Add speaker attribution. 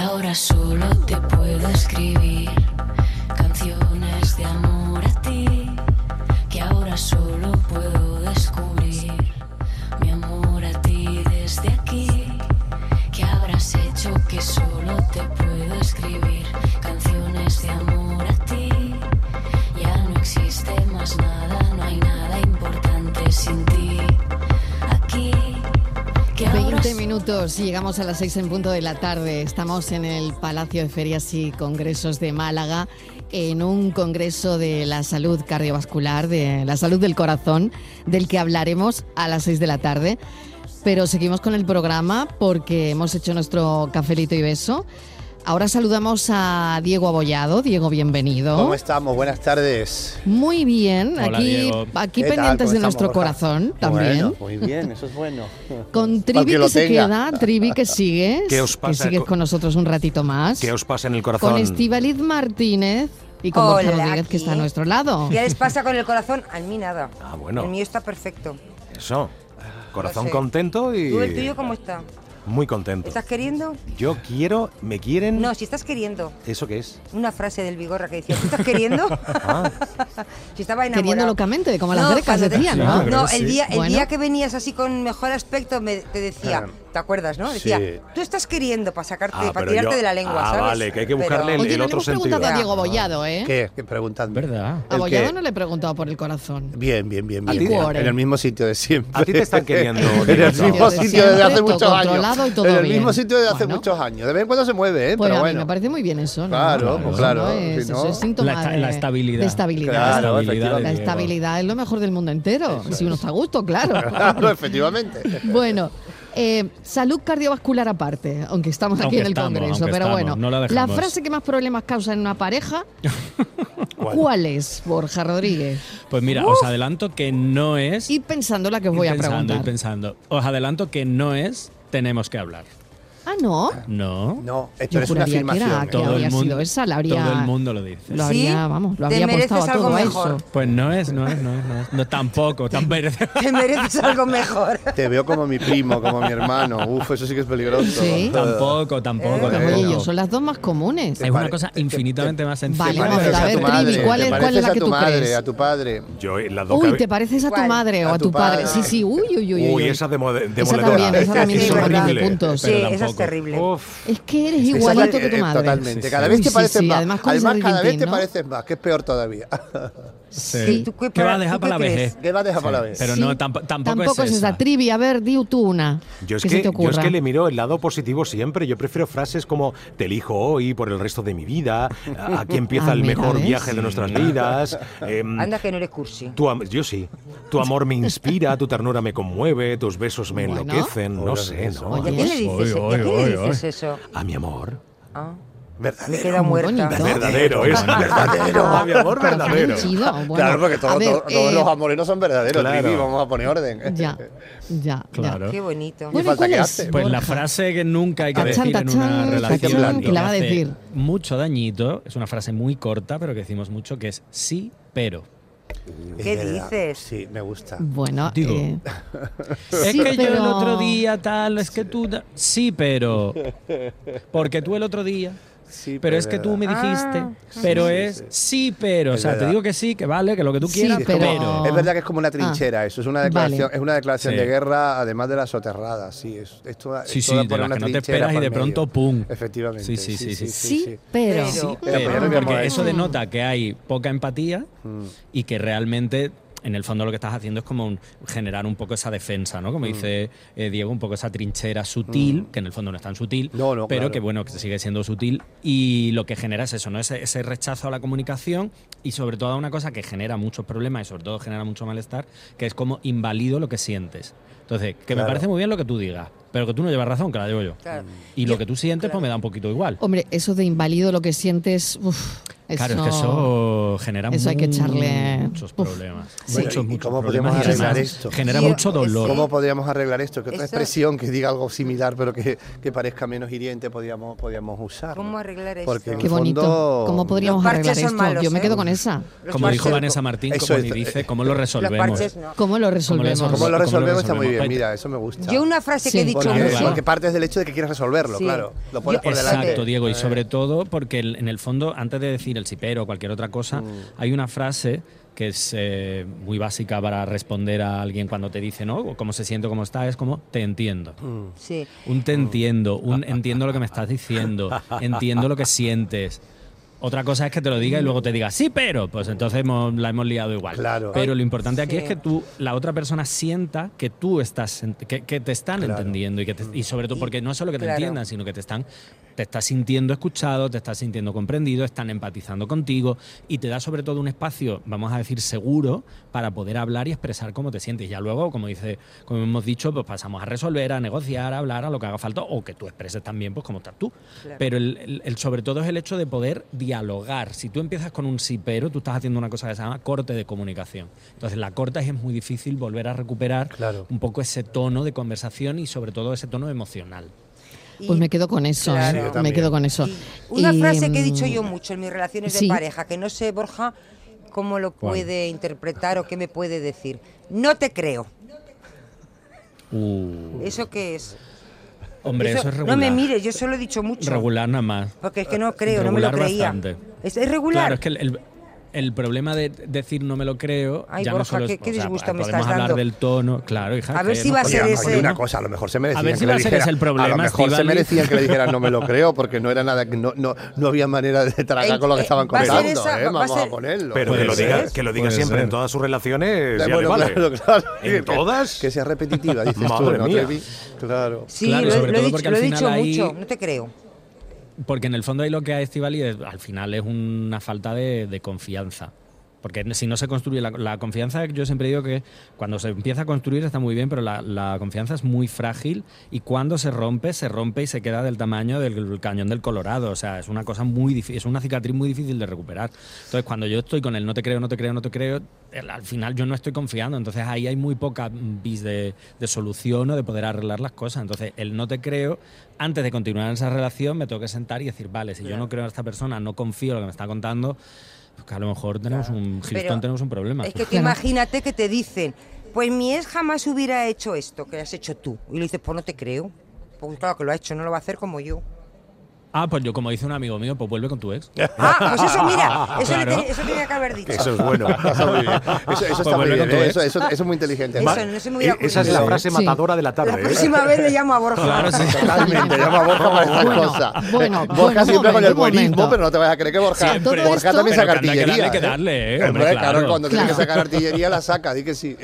Speaker 1: ahora solo te puedo escribir canciones de amor a ti, que ahora solo puedo descubrir mi amor a ti desde aquí, que habrás hecho que solo te puedo escribir canciones de amor a ti, ya no existe más nada, no hay nada importante sin ti, aquí, que ahora
Speaker 2: 20 minutos y llegamos a las 6 en punto de la tarde. Estamos en el Palacio de Ferias y Congresos de Málaga en un congreso de la salud cardiovascular, de la salud del corazón, del que hablaremos a las 6 de la tarde. Pero seguimos con el programa porque hemos hecho nuestro cafelito y beso. Ahora saludamos a Diego Abollado. Diego, bienvenido.
Speaker 3: ¿Cómo estamos? Buenas tardes.
Speaker 2: Muy bien,
Speaker 3: Hola,
Speaker 2: aquí,
Speaker 3: Diego.
Speaker 2: aquí
Speaker 3: ¿Qué tal?
Speaker 2: pendientes
Speaker 3: ¿Cómo
Speaker 2: de
Speaker 3: estamos,
Speaker 2: nuestro
Speaker 3: Borja?
Speaker 2: corazón también.
Speaker 3: Bueno, muy bien, eso es bueno.
Speaker 2: Con
Speaker 3: Para
Speaker 2: Trivi
Speaker 3: lo
Speaker 2: que se
Speaker 3: tenga.
Speaker 2: queda, Trivi que sigues,
Speaker 4: ¿Qué os
Speaker 2: que
Speaker 4: pasa
Speaker 2: sigues
Speaker 4: co-
Speaker 2: con nosotros un ratito más.
Speaker 4: ¿Qué os pasa en el
Speaker 2: Con
Speaker 4: corazón?
Speaker 2: Estivaliz Martínez y con
Speaker 5: Hola,
Speaker 2: Borja Rodríguez que
Speaker 5: aquí.
Speaker 2: está a nuestro lado.
Speaker 5: ¿Qué les pasa con el corazón? A mí nada. Ah,
Speaker 4: bueno.
Speaker 5: El mío está perfecto.
Speaker 4: Eso. Corazón
Speaker 5: No sé.
Speaker 4: contento
Speaker 5: ¿Tú el tuyo
Speaker 4: y
Speaker 5: cómo está?
Speaker 4: muy contento.
Speaker 5: ¿Estás queriendo?
Speaker 4: Yo quiero, me quieren.
Speaker 5: No, si estás queriendo.
Speaker 4: ¿Eso qué es?
Speaker 5: Una frase del Vigorra que decía, ¿tú estás queriendo?
Speaker 4: Ah,
Speaker 5: si estaba enamorado.
Speaker 2: Queriendo locamente, como las
Speaker 5: No,
Speaker 2: grecas
Speaker 5: cuando te-
Speaker 2: decían,
Speaker 4: Sí,
Speaker 2: ¿no?
Speaker 4: claro.
Speaker 5: No,
Speaker 4: Sí.
Speaker 5: el día, el
Speaker 2: Bueno.
Speaker 5: día que venías así con mejor aspecto me, te decía, ¿te acuerdas, no? Decía,
Speaker 4: Sí.
Speaker 5: tú estás queriendo para sacarte,
Speaker 4: Ah,
Speaker 5: para
Speaker 4: pero
Speaker 5: tirarte
Speaker 4: yo-
Speaker 5: de la lengua,
Speaker 4: ah,
Speaker 5: ¿sabes?
Speaker 4: vale, que hay que buscarle el-
Speaker 5: Pero-
Speaker 2: Oye, no le
Speaker 4: otro
Speaker 2: hemos preguntado
Speaker 4: sentido.
Speaker 2: a
Speaker 5: Ah.
Speaker 2: Diego Bollado, ¿eh?
Speaker 3: ¿Qué? ¿Qué preguntando? ¿Verdad?
Speaker 2: A Bollado no le he preguntado por el corazón.
Speaker 3: Bien, bien, bien,
Speaker 2: A
Speaker 3: bien.
Speaker 2: ti-
Speaker 3: En el mismo sitio de siempre.
Speaker 4: A ti te están queriendo,
Speaker 3: en
Speaker 4: Diego,
Speaker 3: el
Speaker 4: ¿no?
Speaker 3: mismo
Speaker 2: Desde
Speaker 3: sitio desde hace
Speaker 2: siempre,
Speaker 3: muchos
Speaker 2: todo
Speaker 3: años.
Speaker 2: controlado y todo
Speaker 3: en el
Speaker 2: bien.
Speaker 3: mismo sitio desde hace
Speaker 2: Bueno.
Speaker 3: muchos años. De vez en cuando se mueve, ¿eh?
Speaker 2: Pues
Speaker 3: pero
Speaker 2: a mí
Speaker 3: bueno.
Speaker 2: me parece muy bien eso, ¿no?
Speaker 3: Claro, pues
Speaker 2: Eso
Speaker 3: claro,
Speaker 2: no es-
Speaker 3: si
Speaker 2: eso
Speaker 3: no-
Speaker 2: es síntoma
Speaker 6: La esta-
Speaker 2: de,
Speaker 6: la estabilidad.
Speaker 2: de estabilidad.
Speaker 3: Claro,
Speaker 6: La
Speaker 3: efectivamente.
Speaker 2: La estabilidad es lo mejor del mundo entero. si uno está a gusto, claro.
Speaker 3: Claro, Ah, efectivamente.
Speaker 2: Bueno, eh, salud cardiovascular aparte, aunque estamos aquí
Speaker 6: Aunque
Speaker 2: en el
Speaker 6: estamos,
Speaker 2: Congreso,
Speaker 6: aunque
Speaker 2: pero
Speaker 6: estamos,
Speaker 2: bueno,
Speaker 6: no la
Speaker 2: la
Speaker 6: dejamos.
Speaker 2: frase que más problemas causa en una pareja, ¿cuál, es, Borja Rodríguez?
Speaker 6: Pues mira, os adelanto que no es.
Speaker 2: Y pensando la que os voy
Speaker 6: ir
Speaker 2: a
Speaker 6: pensando, ir
Speaker 2: preguntar.
Speaker 6: pensando. Os adelanto que no es. Tenemos que hablar.
Speaker 2: Ah, no.
Speaker 6: No.
Speaker 3: No, esto
Speaker 2: Yo
Speaker 3: es una
Speaker 2: juraría que
Speaker 3: afirmación.
Speaker 2: era-
Speaker 3: ¿eh?
Speaker 2: que habría sido esa, la habría-
Speaker 6: todo el mundo lo dice.
Speaker 2: Lo
Speaker 5: ¿Sí?
Speaker 2: habría, vamos, lo
Speaker 5: Te
Speaker 2: había
Speaker 5: mereces
Speaker 2: apostado
Speaker 5: algo
Speaker 2: todo a
Speaker 5: mejor.
Speaker 2: eso.
Speaker 6: Pues no es, no es, no es, no es. No, tampoco, tan verde.
Speaker 5: Te mereces algo mejor.
Speaker 3: Te veo como mi primo, como mi hermano. Uf, eso sí que es peligroso.
Speaker 2: Sí.
Speaker 6: tampoco, tampoco,
Speaker 3: Bueno.
Speaker 2: Oye, yo
Speaker 6: tampoco.
Speaker 2: son las dos más comunes.
Speaker 6: Es una cosa infinitamente más
Speaker 2: Vale,
Speaker 6: sencilla.
Speaker 2: vamos
Speaker 3: Pareces
Speaker 2: a
Speaker 3: tu
Speaker 2: ver,
Speaker 3: madre,
Speaker 2: Trivi, ¿cuál
Speaker 3: te
Speaker 2: es- cuál es
Speaker 3: pareces
Speaker 2: la que
Speaker 3: a tu
Speaker 2: tú
Speaker 3: madre,
Speaker 2: crees?
Speaker 3: A tu padre.
Speaker 4: Yo eh, las dos
Speaker 2: Uy,
Speaker 4: cab-
Speaker 2: ¿te pareces a tu
Speaker 5: ¿Cuál?
Speaker 2: madre o a tu padre? Sí, sí, uy, uy, uy. uy,
Speaker 4: Uy,
Speaker 2: uy.
Speaker 4: esa demode-
Speaker 2: Esa
Speaker 4: demoledora.
Speaker 2: también, esa también
Speaker 5: Sí,
Speaker 2: es
Speaker 5: verdad.
Speaker 2: horrible, puntos.
Speaker 5: sí,
Speaker 6: Pero
Speaker 5: esa es
Speaker 6: tampoco.
Speaker 5: terrible.
Speaker 4: Uf,
Speaker 2: Es que eres
Speaker 3: Esa
Speaker 2: igualito
Speaker 3: es la-
Speaker 2: que tu
Speaker 3: eh,
Speaker 2: madre.
Speaker 3: Totalmente.
Speaker 6: Sí,
Speaker 3: Cada
Speaker 6: sí.
Speaker 3: vez
Speaker 2: Uy,
Speaker 3: te
Speaker 2: sí,
Speaker 3: pareces
Speaker 2: sí,
Speaker 3: más.
Speaker 2: además con ese
Speaker 3: cada vez
Speaker 2: rintín,
Speaker 3: te
Speaker 2: ¿no?
Speaker 3: pareces más, que es peor todavía.
Speaker 2: Sí.
Speaker 5: ¿Tú qué
Speaker 6: ¿Qué va a
Speaker 5: para-
Speaker 6: dejar
Speaker 5: tú
Speaker 6: para la
Speaker 5: qué crees?
Speaker 6: vejez?
Speaker 3: ¿Qué va a dejar para la vez?
Speaker 6: Pero
Speaker 2: Sí.
Speaker 6: no, tamp- tampoco,
Speaker 2: es esa. Trivi, a ver, di tú una.
Speaker 4: yo es
Speaker 2: que
Speaker 4: que,
Speaker 2: se te
Speaker 4: yo es
Speaker 2: ocurra.
Speaker 4: que le miro el lado positivo siempre. Yo prefiero frases como te elijo hoy por el resto de mi vida, a- aquí empieza
Speaker 2: Ah,
Speaker 4: el
Speaker 2: mira,
Speaker 4: mejor
Speaker 2: ¿ves?
Speaker 4: viaje de nuestras vidas. em,
Speaker 5: Anda que no eres cursi.
Speaker 4: Tu am- yo sí. Tu amor me inspira, tu ternura me conmueve, tus besos me
Speaker 2: Bueno.
Speaker 4: enloquecen. No sé, ¿no?
Speaker 5: ¿Y a
Speaker 2: Oye.
Speaker 5: quién le
Speaker 6: Oy,
Speaker 5: dices,
Speaker 6: oy,
Speaker 5: ¿Y a quién le
Speaker 6: oy,
Speaker 5: dices eso?
Speaker 4: A mi amor.
Speaker 5: Ah, me he
Speaker 3: Verdadero. Ah,
Speaker 5: quedado muerta.
Speaker 2: bonito.
Speaker 4: Verdadero, es verdadero. A mi amor
Speaker 2: Pero está muy
Speaker 4: verdadero.
Speaker 2: chido, bueno.
Speaker 3: claro, porque todo-
Speaker 2: A ver,
Speaker 3: todo- todos
Speaker 2: eh,
Speaker 3: los amores no son verdaderos,
Speaker 4: claro.
Speaker 3: Trivi, vamos a poner orden.
Speaker 2: Ya, ya,
Speaker 6: Claro.
Speaker 5: Qué bonito.
Speaker 2: ya. Bueno, ¿y
Speaker 3: falta
Speaker 2: ¿cuál
Speaker 3: que
Speaker 2: es?
Speaker 3: hace.
Speaker 6: Pues la
Speaker 2: Eh, Borja?
Speaker 6: frase que nunca hay que
Speaker 3: A ver.
Speaker 6: decir en una
Speaker 2: Tachán,
Speaker 3: tachán,
Speaker 6: relación
Speaker 3: que
Speaker 2: la va a
Speaker 6: hace
Speaker 2: decir.
Speaker 6: mucho dañito, es una frase muy corta, pero que decimos mucho, que es sí, pero.
Speaker 3: Es
Speaker 5: ¿Qué
Speaker 3: verdad.
Speaker 5: dices?
Speaker 3: Sí, me gusta.
Speaker 2: Bueno,
Speaker 6: Digo.
Speaker 2: eh,
Speaker 6: es
Speaker 2: Sí,
Speaker 6: que yo el
Speaker 2: pero-
Speaker 6: otro día tal, es que tú... da- Sí, pero... Porque tú el otro día...
Speaker 3: Sí,
Speaker 6: Pero es que tú me dijiste,
Speaker 5: Ah,
Speaker 6: pero
Speaker 3: sí,
Speaker 6: es
Speaker 3: sí.
Speaker 6: sí, pero. O
Speaker 3: Es
Speaker 6: sea,
Speaker 3: verdad.
Speaker 6: te digo que sí, que vale, que lo que tú
Speaker 2: Sí,
Speaker 6: quieras,
Speaker 3: Es,
Speaker 6: pero.
Speaker 3: como-
Speaker 2: pero- Ah.
Speaker 3: es verdad que es como una trinchera, eso es una declaración,
Speaker 2: Vale.
Speaker 3: es una declaración
Speaker 6: Sí.
Speaker 3: de guerra, además de la soterrada, sí, es, es toda, es
Speaker 6: Sí, sí,
Speaker 3: toda
Speaker 6: de
Speaker 3: poner
Speaker 6: las
Speaker 3: una
Speaker 6: que no te
Speaker 3: trinchera
Speaker 6: esperas y
Speaker 3: por
Speaker 6: de
Speaker 3: medio.
Speaker 6: pronto, ¡pum!
Speaker 3: Efectivamente.
Speaker 6: Sí, sí, sí, sí.
Speaker 2: sí, pero.
Speaker 5: Pero-
Speaker 3: Pero,
Speaker 6: Pero,
Speaker 3: pero,
Speaker 6: porque eso
Speaker 3: pero-
Speaker 6: denota que hay poca empatía
Speaker 3: Mm.
Speaker 6: y que realmente. En el fondo lo que estás haciendo es como un- generar un poco esa defensa, ¿no?
Speaker 3: Mm.
Speaker 6: Como dice eh, Diego, un poco esa trinchera sutil, que en el fondo no es tan sutil,
Speaker 3: No, no,
Speaker 6: pero
Speaker 3: claro.
Speaker 6: que bueno, que sigue siendo sutil y lo que genera es eso, ¿no? Ese, ese rechazo a la comunicación y sobre todo a una cosa que genera muchos problemas y sobre todo genera mucho malestar, que es como invalido lo que sientes. Entonces, que
Speaker 3: Claro.
Speaker 6: me parece muy bien lo que tú digas, pero que tú no llevas razón, que la llevo yo.
Speaker 5: Claro.
Speaker 6: Y lo que tú sientes, pues me da un poquito igual.
Speaker 2: Hombre, eso de inválido lo que sientes. uf, Eso,
Speaker 6: claro, es que eso genera
Speaker 2: eso hay que echarle-
Speaker 6: muchos
Speaker 2: Uf.
Speaker 6: problemas.
Speaker 3: Sí.
Speaker 6: Muchos,
Speaker 3: ¿Y
Speaker 6: muchos
Speaker 3: cómo
Speaker 6: problemas.
Speaker 3: podríamos
Speaker 6: Y además
Speaker 3: arreglar esto?
Speaker 6: Genera
Speaker 5: Sí,
Speaker 6: mucho
Speaker 5: sí.
Speaker 6: dolor.
Speaker 5: ¿Cómo
Speaker 3: ¿Cómo podríamos arreglar esto? ¿Qué otra
Speaker 5: Esto-
Speaker 3: expresión que diga algo similar pero que, que parezca menos hiriente podríamos, podríamos usar?
Speaker 5: ¿Cómo arreglar esto?
Speaker 3: Porque en
Speaker 2: Qué
Speaker 3: el
Speaker 2: bonito.
Speaker 3: fondo-
Speaker 2: ¿Cómo podríamos
Speaker 5: Los parches
Speaker 2: arreglar
Speaker 5: son
Speaker 2: esto?
Speaker 5: malos,
Speaker 2: Yo me
Speaker 5: ¿eh?
Speaker 2: quedo con esa.
Speaker 5: Los
Speaker 6: Como dijo
Speaker 5: parches-
Speaker 6: Vanessa Martín,
Speaker 3: Eso
Speaker 6: como
Speaker 3: es- eh,
Speaker 6: ni dice, ¿cómo lo
Speaker 5: Los
Speaker 6: resolvemos?
Speaker 5: parches no.
Speaker 2: ¿Cómo lo resolvemos?
Speaker 6: resolvemos?
Speaker 3: ¿Cómo lo
Speaker 6: ¿Cómo lo
Speaker 3: resolvemos? Está muy bien,
Speaker 6: resolvemos?
Speaker 3: mira, eso me gusta.
Speaker 5: Yo una frase que he
Speaker 2: Sí,
Speaker 5: dicho
Speaker 3: porque,
Speaker 5: mucho.
Speaker 6: Claro.
Speaker 3: porque parte es del hecho de que quieres resolverlo,
Speaker 5: Sí.
Speaker 3: claro. Lo pones
Speaker 5: Yo-
Speaker 3: por delante.
Speaker 6: Exacto, Diego, y sobre todo porque el- en el fondo, antes de decir el sipero o cualquier otra cosa,
Speaker 3: Mm.
Speaker 6: hay una frase que es eh, muy básica para responder a alguien cuando te dice, ¿no? O ¿Cómo se siente, cómo está? Es como, te entiendo.
Speaker 3: Mm.
Speaker 5: Sí.
Speaker 6: Un te entiendo, un entiendo lo que me estás diciendo, entiendo lo que sientes. Otra cosa es que te lo diga y luego te diga, sí, pero, pues entonces hemos- la hemos liado igual.
Speaker 3: Claro.
Speaker 6: Pero lo importante aquí
Speaker 5: Sí.
Speaker 6: es que tú, la otra persona sienta que tú estás, ent- que, que te están
Speaker 3: Claro.
Speaker 6: entendiendo y, que te- y sobre todo
Speaker 5: Y-
Speaker 6: porque no es solo que te
Speaker 5: claro.
Speaker 6: entiendan, sino que te están, te estás sintiendo escuchado, te estás sintiendo comprendido, están empatizando contigo y te da sobre todo un espacio, vamos a decir, seguro para poder hablar y expresar cómo te sientes. Ya luego, como dice, como hemos dicho, pues pasamos a resolver, a negociar, a hablar, a lo que haga falta o que tú expreses también, pues cómo estás tú.
Speaker 5: Claro.
Speaker 6: Pero el, el- el- sobre todo es el hecho de poder dialogar. Si tú empiezas con un sí pero, tú estás haciendo una cosa que se llama corte de comunicación. Entonces la cortas y es muy difícil volver a recuperar
Speaker 3: Claro.
Speaker 6: un poco ese tono de conversación y sobre todo ese tono emocional.
Speaker 2: Pues
Speaker 5: Y-
Speaker 2: me quedo con eso,
Speaker 5: Claro.
Speaker 2: ¿eh?
Speaker 5: Sí, yo
Speaker 2: me
Speaker 3: también.
Speaker 2: quedo con eso.
Speaker 5: Y Una
Speaker 2: Y,
Speaker 5: frase que he
Speaker 2: mm,
Speaker 5: dicho yo mucho en mis relaciones
Speaker 2: sí.
Speaker 5: de pareja, que no sé, Borja, cómo lo
Speaker 6: ¿Cuál?
Speaker 5: puede interpretar o qué me puede decir. No te creo.
Speaker 6: Uh,
Speaker 5: ¿Eso qué es?
Speaker 6: hombre, eso, es regular.
Speaker 5: No me mires, yo se lo he dicho mucho.
Speaker 6: Regular nada más.
Speaker 5: Porque es que no creo, no me lo
Speaker 6: Regular
Speaker 5: creía.
Speaker 6: bastante.
Speaker 5: Es, es regular.
Speaker 6: Claro, es que el, el- el problema de decir no me lo creo,
Speaker 5: Ay,
Speaker 6: ya no
Speaker 5: Borja,
Speaker 6: solo es-
Speaker 5: qué- qué
Speaker 6: o sea,
Speaker 5: disgusto me
Speaker 6: podemos
Speaker 5: estás
Speaker 6: hablar
Speaker 5: dando.
Speaker 6: del tono, claro, hija.
Speaker 5: A ver
Speaker 6: que
Speaker 5: si
Speaker 6: no
Speaker 5: va a
Speaker 3: Oye,
Speaker 5: ser
Speaker 6: podemos-
Speaker 5: ese-
Speaker 3: oye, una cosa, a lo mejor se merecían
Speaker 6: ver si
Speaker 3: que
Speaker 6: va
Speaker 3: le
Speaker 6: a ser ese
Speaker 3: dijera-
Speaker 6: el problema,
Speaker 3: A lo mejor se
Speaker 6: Estivali.
Speaker 3: merecían que le dijeran no me lo creo porque no era nada, que- no, no, no había manera de tragar
Speaker 5: Eh,
Speaker 3: con lo que
Speaker 5: eh,
Speaker 3: estaban
Speaker 5: va a ser
Speaker 3: contando.
Speaker 5: esa-
Speaker 3: ¿eh?
Speaker 5: va- va a
Speaker 3: Vamos a
Speaker 5: ser-
Speaker 3: ponerlo.
Speaker 4: Pero que
Speaker 3: Puede
Speaker 4: lo
Speaker 3: ser.
Speaker 4: diga, que lo diga
Speaker 6: puede
Speaker 4: siempre
Speaker 6: ser.
Speaker 4: en todas sus relaciones.
Speaker 3: Eh,
Speaker 4: ya le
Speaker 3: bueno,
Speaker 4: vale.
Speaker 3: claro, claro. Que-
Speaker 4: ¿En todas?
Speaker 3: Que sea repetitiva, dices
Speaker 4: Madre
Speaker 3: tú, ¿no,
Speaker 4: mía.
Speaker 3: Trevi? Claro.
Speaker 5: Sí,
Speaker 6: Claro,
Speaker 5: lo,
Speaker 6: sobre
Speaker 5: lo he
Speaker 6: todo
Speaker 5: dicho,
Speaker 6: porque al
Speaker 5: lo he
Speaker 6: final
Speaker 5: dicho
Speaker 6: ahí-
Speaker 5: mucho. No te creo.
Speaker 6: Porque en el fondo ahí lo que hay Estivali es, al final es una falta de, de confianza. Porque si no se construye la, la confianza, yo siempre digo que cuando se empieza a construir está muy bien, pero la, la confianza es muy frágil y cuando se rompe, se rompe y se queda del tamaño del cañón del Colorado. O sea, es una cosa muy difícil, es una cicatriz muy difícil de recuperar. Entonces, cuando yo estoy con el no te creo, no te creo, no te creo, el- al final yo no estoy confiando. Entonces, ahí hay muy poca bis de, de solución o de poder arreglar las cosas. Entonces, el no te creo, antes de continuar en esa relación, me tengo que sentar y decir, vale, si yo no creo en esta persona, no confío en lo que me está contando, pues que a lo mejor tenemos un Houston,
Speaker 5: Pero
Speaker 6: tenemos un problema.
Speaker 5: Es que tú
Speaker 2: Claro.
Speaker 5: imagínate que te dicen, pues mi ex jamás hubiera hecho esto que has hecho tú. Y le dices, pues no te creo. Pues claro que lo ha hecho, no lo va a hacer como yo.
Speaker 6: Ah, pues yo, como dice un amigo mío, pues vuelve con tu ex.
Speaker 5: Ah, pues eso, mira, eso, le
Speaker 6: Claro.
Speaker 5: tenía- eso tenía que haber dicho.
Speaker 4: Eso es bueno.
Speaker 3: Está muy bien.
Speaker 4: Pues
Speaker 3: Eso, eso está muy
Speaker 6: volver
Speaker 3: bien,
Speaker 6: con tu
Speaker 3: ¿eh?
Speaker 6: ex.
Speaker 3: eso, eso- eso es muy inteligente.
Speaker 5: Eso,
Speaker 3: Va-
Speaker 5: no se me hubiera
Speaker 4: Eh, Esa es la
Speaker 5: ocurrido.
Speaker 4: frase
Speaker 2: Sí.
Speaker 4: matadora de la tarde.
Speaker 5: La
Speaker 4: ¿eh?
Speaker 5: próxima vez le llamo a Borja.
Speaker 6: Claro, sí. Oh.
Speaker 3: Totalmente, llama a Borja para estas
Speaker 2: Bueno,
Speaker 3: cosas. Eh,
Speaker 2: bueno,
Speaker 3: Borja
Speaker 2: bueno,
Speaker 3: siempre
Speaker 2: un
Speaker 3: con
Speaker 2: momento,
Speaker 3: el
Speaker 2: un
Speaker 3: buenismo,
Speaker 2: momento.
Speaker 3: pero no te vas a creer que Borja,
Speaker 2: Siempre.
Speaker 3: Borja
Speaker 2: Todo esto-
Speaker 3: también saca
Speaker 6: Pero que anda, que
Speaker 3: artillería. ¿eh?
Speaker 6: darle, que darle, ¿eh? Hombre,
Speaker 3: claro,
Speaker 6: claro.
Speaker 3: cuando tiene que
Speaker 2: Claro.
Speaker 3: sacar artillería la saca, di que sí.